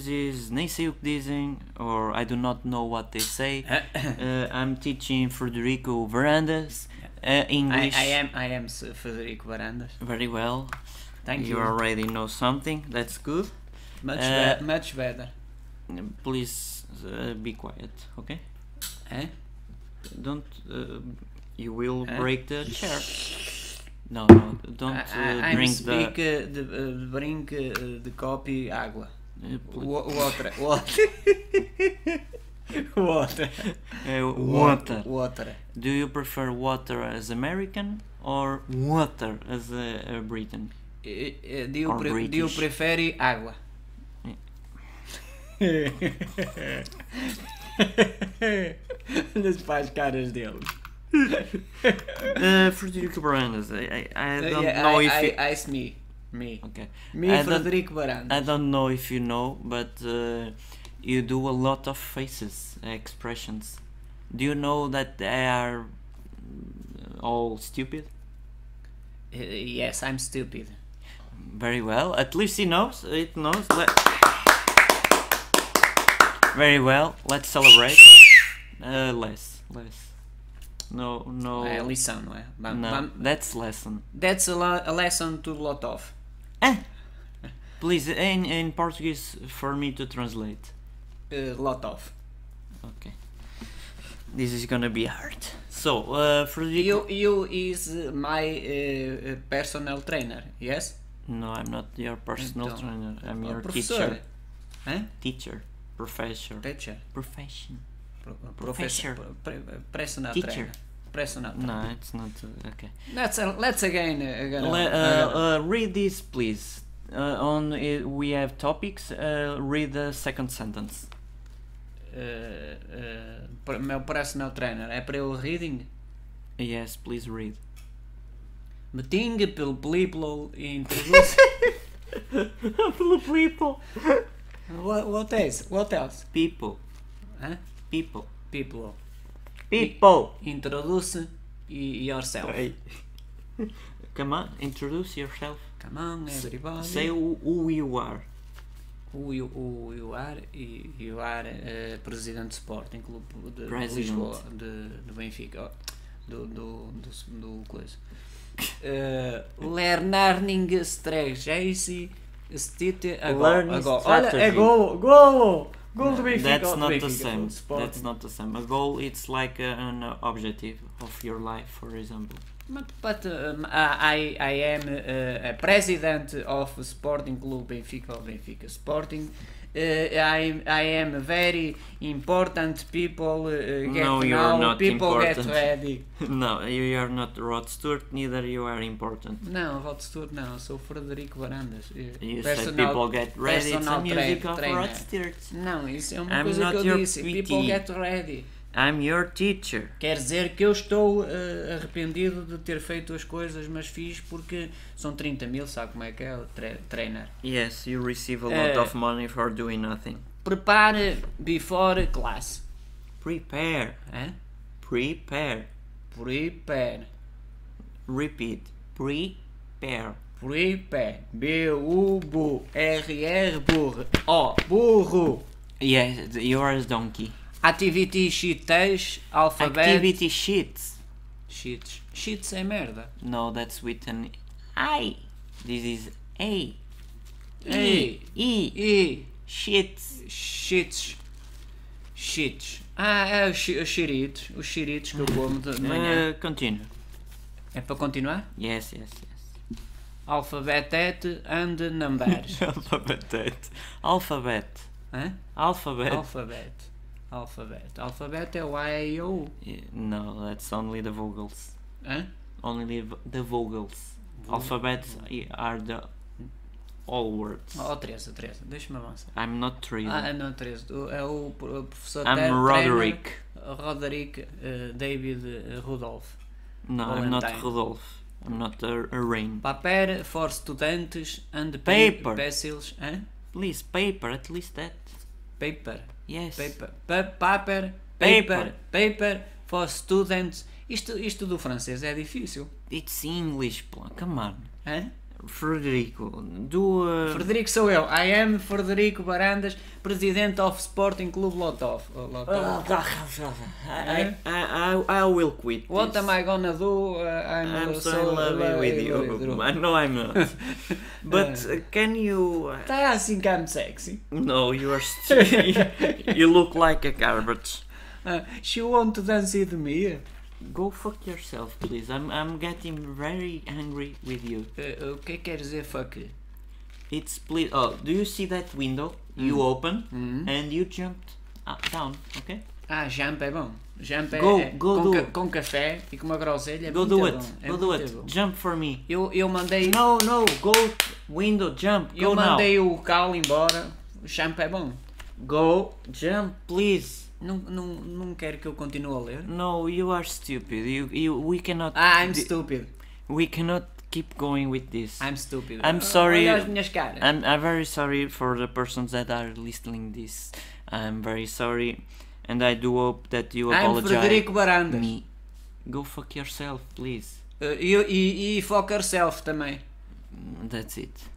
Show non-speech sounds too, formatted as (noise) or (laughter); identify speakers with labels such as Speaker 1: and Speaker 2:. Speaker 1: sei o que dizem, or I do not know what they say.
Speaker 2: (coughs)
Speaker 1: Uh, I'm teaching Frederico Verandas uh,
Speaker 2: I,
Speaker 1: English.
Speaker 2: I am I am S- Federico Varandas.
Speaker 1: Very well.
Speaker 2: Thank you.
Speaker 1: You already know something. That's good.
Speaker 2: Much
Speaker 1: Uh,
Speaker 2: be- much better.
Speaker 1: Please uh, be quiet, okay? é?
Speaker 2: Eh?
Speaker 1: Don't. Uh, you will
Speaker 2: Eh?
Speaker 1: break the chair. No, no. Don't
Speaker 2: I,
Speaker 1: uh,
Speaker 2: I, I'm
Speaker 1: drink
Speaker 2: speak
Speaker 1: the.
Speaker 2: uh, the uh, drink uh, the copy água.
Speaker 1: Uh, pl-
Speaker 2: Wa- Water. Water. Water.
Speaker 1: (laughs) uh, water.
Speaker 2: Water.
Speaker 1: Do you prefer water as American or water as uh, a, a Briton?
Speaker 2: Eh, eh, Dio,
Speaker 1: Or
Speaker 2: pre- Dio
Speaker 1: British.
Speaker 2: prefere água.
Speaker 1: (laughs)
Speaker 2: Olha as para as caras dele.
Speaker 1: Uh, Frederico Brandes, I, I, I don't
Speaker 2: Uh, Yeah,
Speaker 1: know
Speaker 2: I,
Speaker 1: if
Speaker 2: I,
Speaker 1: you,
Speaker 2: it's me. Me.
Speaker 1: okay.
Speaker 2: Me,
Speaker 1: I don't,
Speaker 2: Frederico Baranda.
Speaker 1: I don't know if you know, but uh, you do a lot of faces uh, expressions. Do you know that they are mm, all stupid?
Speaker 2: Uh, yes, I'm stupid.
Speaker 1: Very well. At least he knows. It knows. Let- Very well. Let's celebrate. Uh, less, less. No, no.
Speaker 2: É a lição, não é? Vam-
Speaker 1: Oh. No,
Speaker 2: vam-
Speaker 1: that's lesson.
Speaker 2: That's a, lo- a lesson to lot of.
Speaker 1: Eh? Please, in, in Portuguese, for me to translate.
Speaker 2: Uh, lot of.
Speaker 1: Okay. This is gonna be hard. So, uh, Frederico.
Speaker 2: You, you is uh, my uh, uh, personal trainer, yes?
Speaker 1: No, I'm not your personal
Speaker 2: Então,
Speaker 1: trainer. I'm
Speaker 2: Oh,
Speaker 1: your
Speaker 2: professor.
Speaker 1: teacher.
Speaker 2: Hã?
Speaker 1: Teacher. Professor.
Speaker 2: Teacher.
Speaker 1: Profession.
Speaker 2: Pro- uh,
Speaker 1: Professor.
Speaker 2: Professor. Pre- pre- personal
Speaker 1: Teacher.
Speaker 2: trainer. Personal trainer.
Speaker 1: No, it's not. uh, okay.
Speaker 2: Let's, uh, let's again. Uh, again
Speaker 1: Le-
Speaker 2: again.
Speaker 1: uh, uh, read this, please. Uh, on uh, we have topics. Uh, read the second sentence.
Speaker 2: Eh, eh, per- meu personal trainer é para eu reading
Speaker 1: Yes, please read.
Speaker 2: meeting pelo people
Speaker 1: (laughs)
Speaker 2: introduce
Speaker 1: (laughs) people.
Speaker 2: what, what else what else
Speaker 1: People.
Speaker 2: Hã?
Speaker 1: People.
Speaker 2: people
Speaker 1: People.
Speaker 2: introduce y- yourself
Speaker 1: Come on, introduce yourself.
Speaker 2: come on everybody
Speaker 1: Say who, who you are.
Speaker 2: who you, who you are e you are eh, presidente do Sporting Clube de
Speaker 1: President.
Speaker 2: Lisboa de, do Benfica oh, do, do, do, do coisa Eh, learning strategy Stite
Speaker 1: Learning
Speaker 2: agora, agora. Olha, é
Speaker 1: strategy.
Speaker 2: golo, golo, golo do Benfica.
Speaker 1: That's
Speaker 2: oh, do
Speaker 1: not the
Speaker 2: Benfica,
Speaker 1: same.
Speaker 2: do Sporting.
Speaker 1: That's not the same. A goal, it's like uh, an uh, objective of your life, for example. (laughs)
Speaker 2: But, but um, I, I I am uh, a president of Sporting Club Benfica, Benfica Sporting. Uh, I, I am very important people. Uh, get
Speaker 1: No, you're
Speaker 2: now,
Speaker 1: not
Speaker 2: people get
Speaker 1: important.
Speaker 2: ready.
Speaker 1: no, you you are not Rod Stewart. Neither you are important.
Speaker 2: Não, Rod Stewart não, sou Frederico Varandas. uh,
Speaker 1: You said
Speaker 2: personal-
Speaker 1: é people get ready. It's a
Speaker 2: personal tra-
Speaker 1: music of
Speaker 2: trainer.
Speaker 1: Rod Stewart.
Speaker 2: Não, isso é uma
Speaker 1: I'm
Speaker 2: coisa que
Speaker 1: not
Speaker 2: eu
Speaker 1: your
Speaker 2: disse. People
Speaker 1: PT.
Speaker 2: get ready.
Speaker 1: I'm your teacher.
Speaker 2: Quer dizer que eu estou eh, arrependido de ter feito as coisas, mas fiz porque são 30 mil, sabe como é que é? o Tre trainer.
Speaker 1: Yes, you receive a
Speaker 2: Eh.
Speaker 1: lot of money for doing nothing.
Speaker 2: Prepare before class.
Speaker 1: Prepare.
Speaker 2: Hã?
Speaker 1: Prepare.
Speaker 2: Prepare.
Speaker 1: Repeat. Prepare.
Speaker 2: Prepare. B-U-B-R-R burro. O. Burro.
Speaker 1: Yes, you are a donkey.
Speaker 2: Activity sheets. Alphabet.
Speaker 1: Activity sheets.
Speaker 2: Sheets. Sheets é merda.
Speaker 1: No, that's with an I. This is A.
Speaker 2: Ei.
Speaker 1: E.
Speaker 2: E.
Speaker 1: Sheets.
Speaker 2: Sheets. Sheets. Ah, é os chi- os xiritos. Os xiritos que eu como de de manhã.
Speaker 1: Uh, continue.
Speaker 2: É para continuar?
Speaker 1: Yes, yes, yes. (laughs)
Speaker 2: Alphabet and numbers.
Speaker 1: Alphabet. Alphabet.
Speaker 2: Hã?
Speaker 1: Alphabet.
Speaker 2: Alphabet. Alphabet. Alphabet é o A, E, I, O, U. eh?
Speaker 1: Yeah, no, that's only the vowels.
Speaker 2: Hã?
Speaker 1: Only the, the vowels. Alphabets i- are the all words.
Speaker 2: Oh, Teresa, Teresa, deixa-me avançar.
Speaker 1: I'm not three.
Speaker 2: Ah, não, Teresa, o- é o pro- professor...
Speaker 1: I'm
Speaker 2: Ter-
Speaker 1: Roderick.
Speaker 2: trainer, Roderick eh, David eh, Rudolph.
Speaker 1: No, I'm not
Speaker 2: Valentine.
Speaker 1: Rodolph. I'm not a, a rain.
Speaker 2: Paper for studentes and pa-
Speaker 1: Paper.
Speaker 2: pencils, hã?
Speaker 1: Please, paper, at least that.
Speaker 2: Paper.
Speaker 1: Yes.
Speaker 2: Paper. Pa- paper. Paper.
Speaker 1: Paper.
Speaker 2: Paper for students. Isto, isto do francês é difícil,
Speaker 1: It's English, pl- come on.
Speaker 2: hã?
Speaker 1: Frederico, do. uh,
Speaker 2: Frederico sou eu. I am Frederico Barandas, presidente of Sporting Club Lotov. Uh,
Speaker 1: Ah,
Speaker 2: Lotov.
Speaker 1: I, I, I, I will quit.
Speaker 2: What
Speaker 1: this.
Speaker 2: am I gonna do? Uh, I'm,
Speaker 1: I'm
Speaker 2: uh,
Speaker 1: so in love with (laughs) you. I know I'm
Speaker 2: (laughs)
Speaker 1: not. But uh, can you? uh,
Speaker 2: Tá assim que I'm sexy.
Speaker 1: No, you are. St- (laughs) you look like a garbage. Ah,
Speaker 2: Uh, she want to dance with me.
Speaker 1: Go fuck yourself, please. I'm I'm getting very angry with you.
Speaker 2: Uh, o que é que quer dizer fuck?
Speaker 1: It's please. Oh, do you see that window? You open
Speaker 2: Hum?
Speaker 1: and you jumped up, down. Okay.
Speaker 2: Ah, jump é bom. Jump é,
Speaker 1: Go-
Speaker 2: é
Speaker 1: go
Speaker 2: com,
Speaker 1: do
Speaker 2: ca-
Speaker 1: it.
Speaker 2: com café e com uma groselha. é
Speaker 1: Go
Speaker 2: muito
Speaker 1: do
Speaker 2: bom,
Speaker 1: it.
Speaker 2: é
Speaker 1: Go do
Speaker 2: muito
Speaker 1: it.
Speaker 2: bom.
Speaker 1: Jump for me.
Speaker 2: Eu, eu mandei,
Speaker 1: No, no. Go t- window. Jump.
Speaker 2: eu
Speaker 1: Go now.
Speaker 2: mandei o Cal embora. O jump é bom.
Speaker 1: Go jump, please.
Speaker 2: Não, não, não quero que eu continue a ler.
Speaker 1: No, you are stupid. You, you we cannot.
Speaker 2: Ah, I'm
Speaker 1: d-
Speaker 2: stupid.
Speaker 1: we cannot keep going with this.
Speaker 2: I'm stupid.
Speaker 1: I'm sorry.
Speaker 2: Olha as minhas caras.
Speaker 1: I'm, I'm very sorry for the persons that are listening this. I'm very sorry, and I do hope that you
Speaker 2: I'm
Speaker 1: apologize.
Speaker 2: Frederico Barandas. Eh,
Speaker 1: me. Go fuck yourself, please.
Speaker 2: Uh, e, e, e fuck herself também.
Speaker 1: That's it.